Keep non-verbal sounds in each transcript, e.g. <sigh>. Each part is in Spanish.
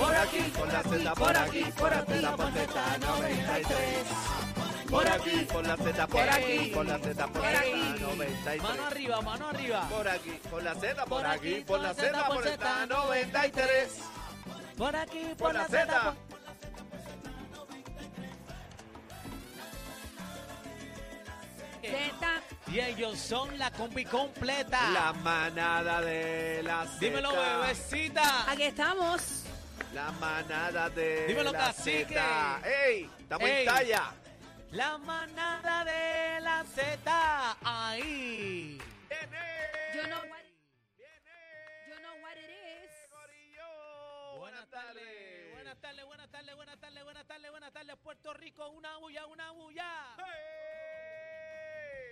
por aquí, por aquí, por Z 93. Por aquí, por la Z, por aquí, por la Z, por Z 93. Mano arriba, mano arriba. Por aquí, por la Z, por aquí, por la Z, por Z 93. Por aquí, Por la Z. Zeta, Y ellos son la combi completa. La manada de la Z. Dímelo, bebecita. aquí estamos. La manada de Dímelo, la cacique. Z. ¡Ey! Estamos Ey. en talla. La manada de la Z. Ahí. You know what, you know what it is. Buenas tardes. Buenas tardes, buenas tardes, buenas tardes, buenas tardes, buenas tardes. Puerto Rico, una bulla, una bulla. ¡Ey!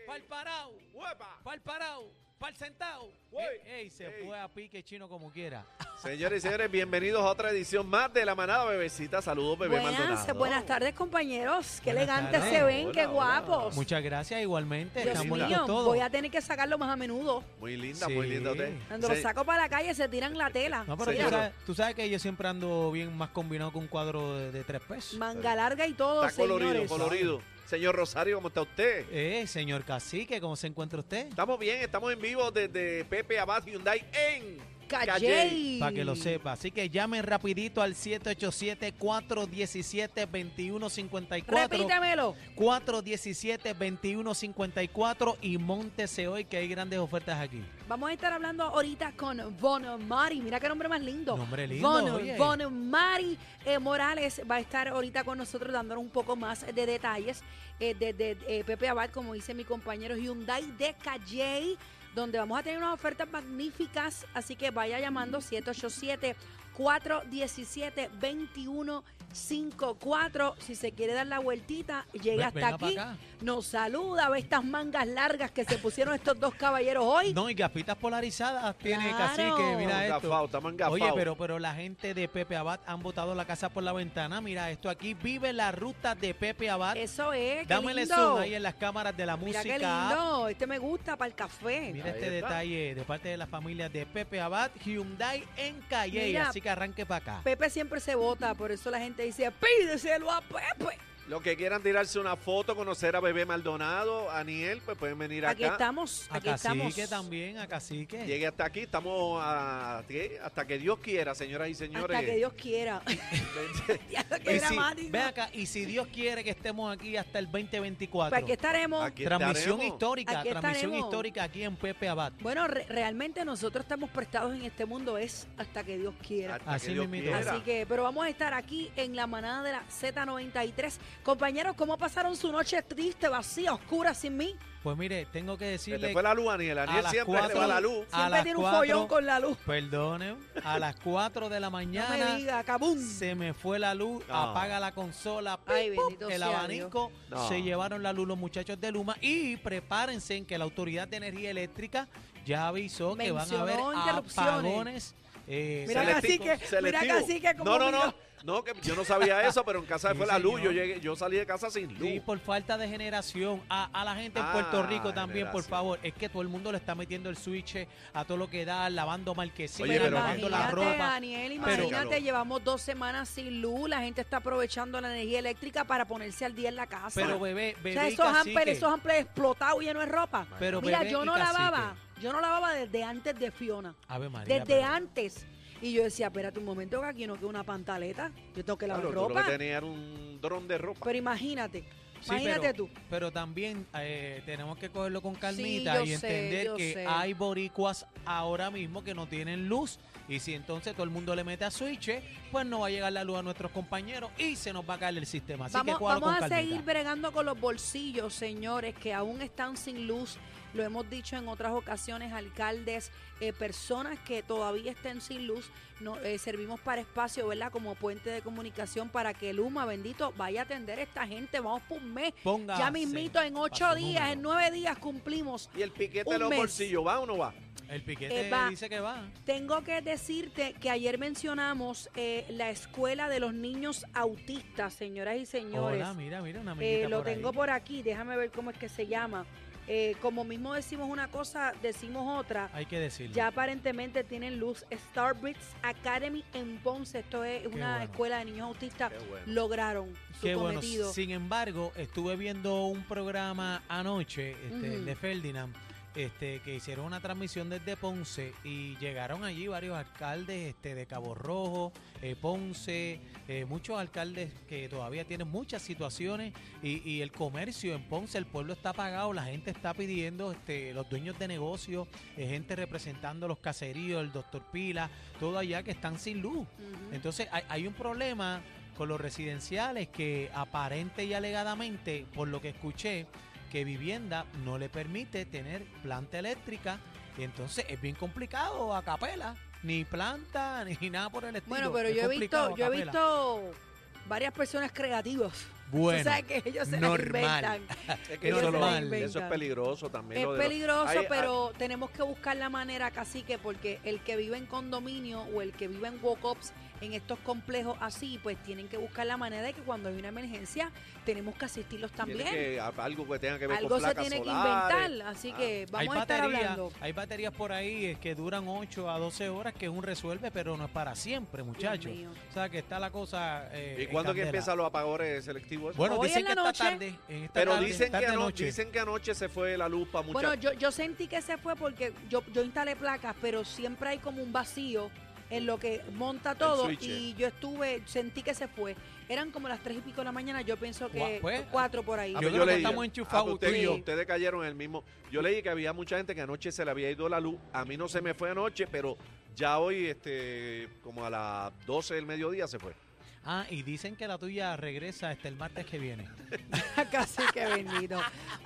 Pa'l parao, ¡Huepa! pa'l parao, pa'l sentao. Uy. Eh, Ey, se Ey. fue a pique chino como quiera. Señores y señores, bienvenidos a otra edición más de La Manada Bebecita. Saludos, bebé Buenas, Maldonado. buenas tardes, compañeros. Qué Buenas elegantes tardes. se ven, qué Hola, hola. guapos. Muchas gracias, igualmente. Dios Están linda. bonitos mío, todos. voy a tener que sacarlo más a menudo. Muy linda, muy Sí. linda usted. Cuando lo Se- saco para la calle se tiran la tela. No, pero tú Señora. sabes, tú sabes que yo siempre ando bien más combinado con un cuadro de, de tres pesos. Manga larga y todo, Está colorido, señores. colorido. Señor Rosario, ¿cómo está usted? Eh, señor cacique, ¿cómo se encuentra usted? Estamos bien, estamos en vivo desde Pepe Abad Hyundai en Calle. Calle. Para que lo sepa. Así que llamen rapidito al 787-417-2154. Repítemelo. 417-2154 y montese hoy que hay grandes ofertas aquí. Vamos a estar hablando ahorita con Von Mari. Mira qué nombre más lindo. Nombre lindo, Von, oye. Von Mari eh, Morales va a estar ahorita con nosotros dándonos un poco más de detalles eh, de, de- eh, Pepe Abad, como dice mi compañero Hyundai de Calle, donde vamos a tener unas ofertas magníficas. Así que vaya llamando 787 417 2154 si se quiere dar la vueltita, llega Ven- hasta venga pa' aquí, acá. nos saluda, ve estas mangas largas que se pusieron estos dos caballeros hoy. No, y gafitas polarizadas tiene Claro. cacique, mira Estamos esto. engafados, estamos engafados. Oye, pero, pero la gente de Pepe Abad han botado la casa por la ventana. Mira esto aquí, vive la ruta de Pepe Abad. Eso es. qué Dámele lindo. zoom ahí en las cámaras de la Mira música. qué lindo. Este me gusta para el café. Mira Ahí este está. detalle de parte de la familia de Pepe Abad, Hyundai en Calle, Mira. así que arranque para acá. Pepe siempre se vota, por eso la gente dice, pídeselo a Pepe. Los que quieran tirarse una foto, conocer a Bebé Maldonado, a Aniel, pues pueden venir Aquí acá. estamos, A aquí Cacique estamos. también, a Cacique. Llegue hasta aquí, estamos a- ¿qué? hasta que Dios quiera, señoras y señores. Hasta que Dios quiera. <laughs> Ya, qué Y si- dramático. ven acá, y si Dios quiere que estemos aquí hasta el 2024. Pues aquí estaremos. Aquí transmisión estaremos. histórica, Aquí transmisión estaremos. histórica aquí en Pepe Abad. Bueno, re- realmente nosotros estamos prestados en este mundo, es hasta que Dios quiera. Hasta Así que Dios mismito. quiera. Así que, pero vamos a estar aquí en la manada de la Z93. Compañeros, ¿cómo pasaron su noche triste, vacía, oscura, sin mí? Pues mire, tengo que Se decirle te fue la luz, Aniel. Aniel las siempre le cuatro- va la luz. A Siempre las tiene un cuatro. follón con la luz. Perdonen, a las 4 de la No mañana me diga, cabum. se me fue la luz, Ah. apaga la consola, pip, Ay, pop, bendito el sea abanico, No. se llevaron la luz los muchachos de Luma y prepárense en que la Autoridad de Energía Eléctrica ya avisó que van a haber Mencionó interrupciones. apagones. eh, Mira, Selectivo, cacique, mira, selectivo. cacique, como No, no, no. mira. No, que yo no sabía <laughs> eso, pero en casa Sí, fue la luz. señor. Yo, llegué, yo salí de casa sin luz. Sí, por falta de generación. A, a la gente en Ah, Puerto Rico también, por generación. favor. Es que todo el mundo le está metiendo el switch eh, a todo lo que da, lavando marquesinas, Oye, pero- lavando la imagínate, ropa. Daniel, Pero- imagínate, llevamos dos semanas sin luz, la gente está aprovechando la energía eléctrica para ponerse al día en la casa. Pero bebé, o bebé sea, y esos cacique. amperes, esos amperes explotados, ya no es ropa. Pero Mira, bebé yo y no cacique. lavaba, yo no lavaba desde antes de Fiona, Ave María, desde pero- antes. Y yo decía, espérate un momento, que aquí no queda una pantaleta, yo tengo que lavar Claro, tú lo ropa. que tenías era un dron de ropa. Pero imagínate, Sí, imagínate pero, tú. Pero también eh, tenemos que cogerlo con calmita yo y sé, entender yo que sé. hay boricuas ahora mismo que no tienen luz. Y si entonces todo el mundo le mete a switch, eh, pues no va a llegar la luz a nuestros compañeros y se nos va a caer el sistema. Así que Vamos, cójalo vamos con a calmita. seguir bregando con los bolsillos, señores, que aún están sin luz. Lo hemos dicho en otras ocasiones, alcaldes, eh, personas que todavía estén sin luz. No, eh, servimos para espacio, ¿verdad? Como puente de comunicación para que Luma, bendito, vaya a atender a esta gente. Vamos por un mes. Póngase ya mismito, en pa' ocho su días, en número. nueve días cumplimos. Y el piquete Un de los mes. bolsillos, ¿va o no va? El piquete Eh, va. dice que va. Tengo que decirte que ayer mencionamos eh, la escuela de los niños autistas, señoras y señores. Hola, mira, mira, una Eh, amiguita lo por tengo ahí. por aquí, déjame ver cómo es que se llama. Eh, como mismo decimos una cosa, decimos otra. Hay que decirlo. Ya aparentemente tienen luz Starbucks Academy en Ponce. Esto es una bueno. escuela de niños autistas. Qué bueno. Lograron su Qué bueno. cometido. Sin embargo, estuve viendo un programa anoche, este, el Ujú. de Ferdinand, este, que hicieron una transmisión desde Ponce y llegaron allí varios alcaldes este, de Cabo Rojo, eh, Ponce, eh, muchos alcaldes que todavía tienen muchas situaciones y, y el comercio en Ponce, el pueblo está apagado, la gente está pidiendo, este, los dueños de negocios, eh, gente representando los caseríos, el doctor Pila, todo allá que están sin luz. Ujú. Entonces hay, hay un problema con los residenciales que aparente y alegadamente, por lo que escuché, que vivienda no le permite tener planta eléctrica. Y entonces es bien complicado a capela, ni planta ni nada por el estilo. Bueno, pero Es yo he complicado visto, a yo he capela. visto varias personas creativas. Bueno, <laughs> Tú sabes que ellos se las normal. inventan. Es que Es eso, lo- normal. eso es peligroso también. Es lo de los- peligroso, Hay- hay- pero tenemos que buscar la manera, cacique, porque el que vive en condominio o el que vive en walk-ups, en estos complejos así, pues tienen que buscar la manera de que cuando hay una emergencia tenemos que asistirlos tiene también. que- algo que tenga que ver Algo con se placas tiene solares. Ah. que inventar, así que vamos hay a estar baterías- hablando. Hay baterías por ahí eh, que duran 8 a 12 horas, que es un resuelve, pero no es para siempre, muchachos. mío. O sea, que está la cosa. eh, ¿Y en cuándo que candela. empiezan los apagores selectivos? Bueno, Hoy dicen en que la esta noche. tarde. en esta pero tarde, dicen, que tarde ano- noche. dicen que anoche se fue la luz para muchas Bueno, yo, yo sentí que se fue porque yo, yo instalé placas, pero siempre hay como un vacío en lo que monta todo switch, y yo estuve, sentí que se fue. Eran como las tres y pico de la mañana, yo pienso que Gua- pues, cuatro por ahí. yo creo que estamos enchufados, ah, usted- tú y yo. Ustedes cayeron en el mismo. Yo leí que había mucha gente que anoche se le había ido la luz. A mí no se me fue anoche, pero ya hoy, este, como a las 12 del mediodía se fue. Ah, y dicen que la tuya regresa hasta el martes que viene. <laughs> Casi que bendito.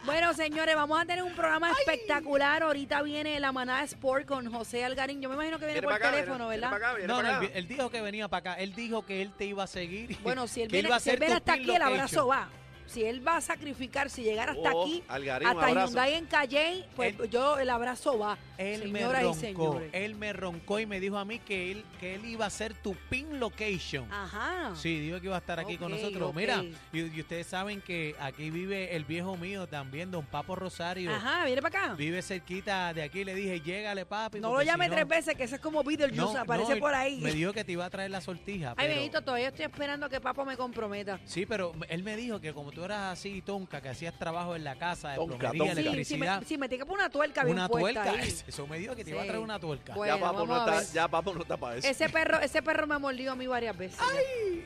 Bueno, señores, vamos a tener un programa espectacular. Ahorita viene la manada Sport con José Algarín. Yo me imagino que viene, Viene por pa' acá, teléfono, viene- viene ¿verdad? pa' acá, viene No, pa' no, acá. él, él dijo que venía para acá. Él dijo que él te iba a seguir. Bueno, si él que viene, iba a si él ser viene tu hasta pin aquí, el abrazo location. va. Si él va a sacrificar, si llegara hasta Oh, aquí, Algarín, un hasta abrazo. Hyundai en Calle, pues Él- yo el abrazo va. Él me señoras y roncó. señores. Él me roncó y me dijo a mí que él, que él iba a ser tu pin location. Ajá. Sí, dijo que iba a estar aquí con Ah. Ok, nosotros. ok. Mira, y, y ustedes saben que aquí vive el viejo mío también, don Papo Rosario. Ajá, viene para acá. Vive cerquita de aquí. Le dije, llégale, papi. No lo porque si llame no- tres veces, que ese es como Beetlejuice, No, aparece no, por ahí. Me dijo que te iba a traer la sortija. Ay, pero- Benito, todavía estoy esperando que Papo me comprometa. Sí, pero él me dijo que como tú eras así tonca, que hacías trabajo en la casa de Tonca, plomería, tonca. Sí, sí, <laughs> electricidad, me, sí, me tiene que poner una tuerca bien una puesta tuerca, ahí. <laughs> eso me dijo que te iba a Sí. traer una tuerca. Bueno, ya papo no vamos a está, ver. ya papo no está para eso. Ese perro, ese perro me ha mordido a mí varias veces.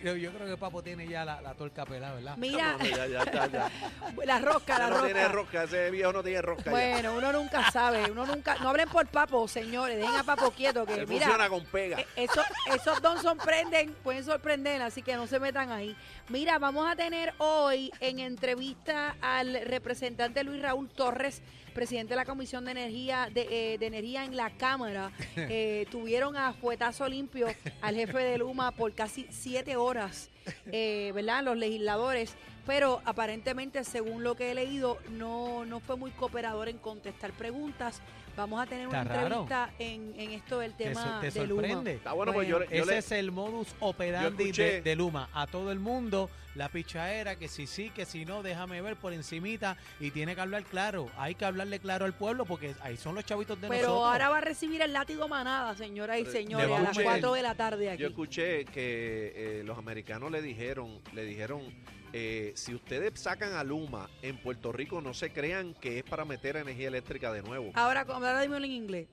Yo, yo creo que Papo tiene ya la, la tuerca pelada, ¿verdad? Mira, No, no, ya, ya, ya, ya. <laughs> la rosca, Ya la no tiene rosca. rosca, ese viejo no tiene rosca. ya. Bueno, uno nunca sabe, uno nunca, no hablen por papo, señores, dejen a papo quieto que Él mira, funciona con pega. eh, eso- esos don sorprenden, pueden sorprender, así que no se metan ahí. Mira, vamos a tener hoy en entrevista al representante Luis Raúl Torres, presidente de la Comisión de Energía de, eh, de Energía en la <laughs> Cámara. Eh, tuvieron a fuetazo limpio al jefe de Luma por casi siete horas. eh, ¿verdad? Los legisladores, pero aparentemente, según lo que he leído, no, no fue muy cooperador en contestar preguntas. Vamos a tener una Está raro. entrevista en, en esto del Te, tema so- te de Luma. sorprende. Está bueno, pues yo, le- yo Ese le- es el modus operandi escuché- de, de Luma. A todo el mundo, la pichadera, que si sí, que si no, déjame ver por encimita. Y tiene que hablar claro. Hay que hablarle claro al pueblo porque ahí son los chavitos de Pero nosotros. ahora va a recibir el látigo manada, señoras y Le señores, a vamos las a- 4 de la tarde aquí. Yo escuché que eh, los americanos le dijeron, le dijeron, eh, si ustedes sacan a Luma en Puerto Rico, no se crean que es para meter energía eléctrica de nuevo. Ahora, ahora dímelo en inglés.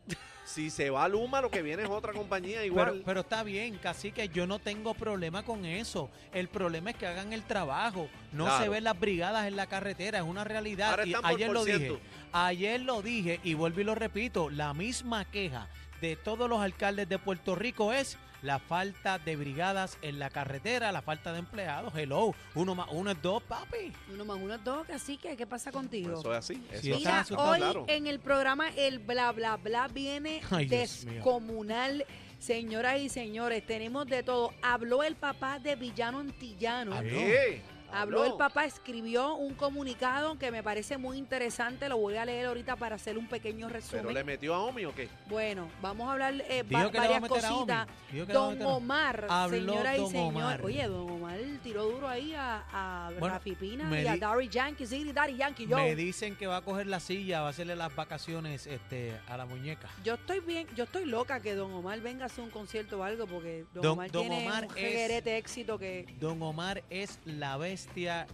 Si se va Luma, lo que viene es otra compañía Pero, igual. pero está bien, cacique, yo no tengo problema con eso. El problema es que hagan el trabajo. No Claro. se ven las brigadas en la carretera, es una realidad. Ahora Y están por ayer lo dije, ciento. ayer lo dije y vuelvo y lo repito, la misma queja de todos los alcaldes de Puerto Rico es la falta de brigadas en la carretera, la falta de empleados. Hello, uno más uno es dos, papi. Uno más uno es dos, así que, ¿qué pasa contigo? Pues Eso es así. eso Sí, es está Mira, así, asustado, hoy claro. en el programa el bla bla bla viene <laughs> Ay, Dios mío. descomunal. Señoras y señores, tenemos de todo. Habló el papá de Villano Antillano. Habló. Eh, Habló el papá, escribió un comunicado que me parece muy interesante. Lo voy a leer ahorita para hacer un pequeño Pero resumen. le metió a Omi o qué? Bueno, vamos a hablar eh, va- Dijo que le va a varias meter a Omi. cositas. Dijo que le va a Don meter a Omi. Omar, Habló señoras y Don Omar. señores. Oye, Don Omar tiró duro ahí a, a Bueno, Rafi Pina me y a di- Dari Yankee. Sí, Dari Yankee, yo. Me dicen que va a coger la silla, va a hacerle las vacaciones este, a la muñeca. Yo estoy bien, yo estoy loca que Don Omar venga a hacer un concierto o algo porque Don, Don- Omar Don tiene Omar un es- jeguerete de éxito que Don Omar es la bestia.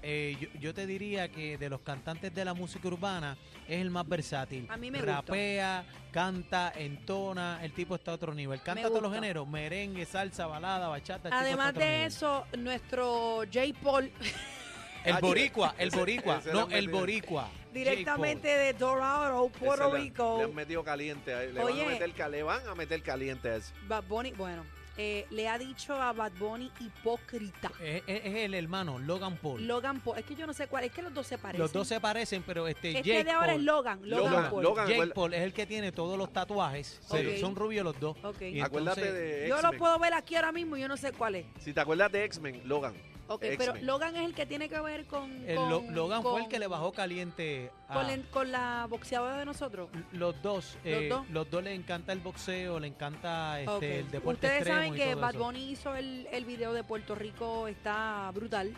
Eh, yo, yo te diría que de los cantantes de la música urbana es el más versátil. A mí me gusta. Rapea, canta, entona. El tipo está a otro nivel. Canta Me todos los gusta. géneros: merengue, salsa, balada, bachata. el tipo está a además otro de nivel. eso, nuestro J. Paul <laughs> El Ah, boricua, el ese- boricua. ese le no, han el metido. boricua. directamente de Dorado, Puerto Ese le- Le Rico, han metido caliente. a él, Le Oye. van a meter, ca- le van a meter caliente a ese. Bad Bunny, bueno, eh, le ha dicho a Bad Bunny hipócrita. J. Paul. Es, es- es el hermano, Logan Paul. Logan Paul, es que yo no sé cuál, es que los dos se parecen. Los dos se parecen, pero este. Este Jake de ahora Paul- es Logan, Logan, Logan, Paul. Logan. Jake acuerda- Paul es el que tiene todos los tatuajes. Sí. pero Son rubios los dos. Ok. Y Acuérdate entonces- de Yo lo X-Men. puedo ver aquí ahora mismo y yo no sé cuál es. Si te acuerdas de X-Men, Logan. Ok, X-Men. pero Logan es el que tiene que ver con... El Lo- con- Logan fue el con- que le bajó caliente a. con, el- con la boxeadora de nosotros. Los dos, eh, los, dos? dos? le encanta el boxeo, le encanta este, Ok. el deporte Ustedes extremo saben y que todo Bad eso. Bunny hizo el, el video de Puerto Rico, está brutal.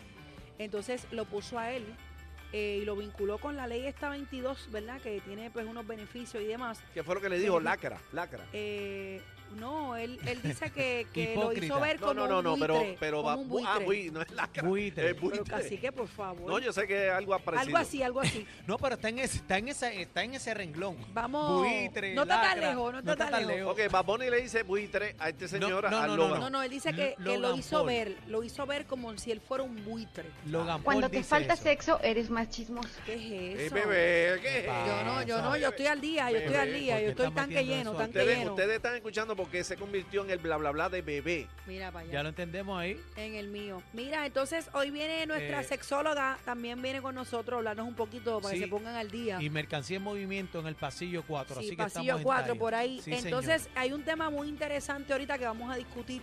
Entonces lo puso a él eh, y lo vinculó con la ley esta 22, ¿verdad? Que tiene pues unos beneficios y demás. ¿Qué fue lo que le dijo? Lacra, lacra. Eh, no, él, él <laughs> dice que, que lo Hipócrita. hizo ver No, como no, no, no, un buitre. pero, pero como va- un bu- ah, buitre. bui- no es lacra. Buitre. Es buitre. Pero así que por favor. No, yo sé que es algo parecido. algo así, algo así. No, pero está en ese, está en ese, está en ese renglón. Vamos. Buitre, no está tan lacra, lejos, no está tan lejos. Ok, Bad Bunny le dice buitre a este señor, No, no, a no, no, Logan. No, no, él dice que, que lo Logan hizo Paul. ver, lo hizo ver como si él fuera un buitre. Logan Paul Cuando te dice falta eso. sexo, eres más chismoso. ¿Qué es Ey, eso? Eh, bebé, ¿qué es Epa. Yo no, yo Ah, no, yo sabe. estoy al día, yo estoy al Bebé, día, ¿por yo qué estoy están tanque metiendo lleno, eso tanque Ustedes, lleno. ustedes están escuchando porque se convirtió en el bla bla bla de bebé. Mira para allá, Ya lo entendemos ahí. en el mío. Mira, entonces hoy viene nuestra Eh, sexóloga, también viene con nosotros a hablarnos un poquito para Sí, que se pongan al día. Y mercancía en movimiento en el pasillo 4. Sí, así que pasillo estamos en 4 talla. por ahí. Sí, señor. entonces hay un tema muy interesante ahorita que vamos a discutir.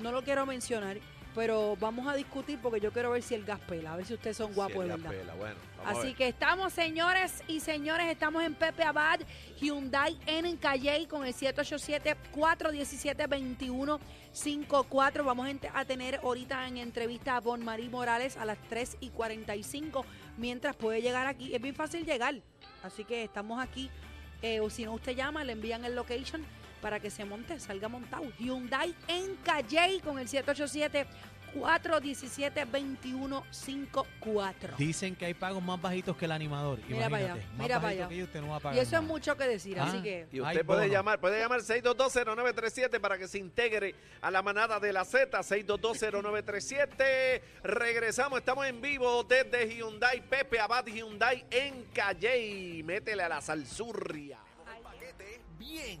No lo quiero mencionar, pero vamos a discutir porque yo quiero ver si el gas pela, a ver si ustedes son guapos Sí, de es la verdad. pela, bueno, vamos a Así ver. que estamos, señores y señores, estamos en Pepe Abad, Hyundai en Calle con el 787-417-2154. Vamos en- a tener ahorita en entrevista a Bon Marie Morales a las 3 y 45, mientras puede llegar aquí. Es bien fácil llegar, así que estamos aquí. eh, o si no, usted llama, le envían el location para que se monte, salga montado. Hyundai en Calle con el 787 417 2154 Dicen que hay pagos más bajitos que el animador. Mira para allá, Imagínate, más mira para bajito allá. que ellos, usted no va a pagar Y eso es nada. mucho que decir, así Ah. que. Y usted Ay, puede bono. llamar, puede llamar 6220937 para que se integre a la manada de la Z, 6220937. Regresamos, estamos en vivo desde Hyundai, Pepe Abad Hyundai en Calle. Métele a la salsurria. paquete bien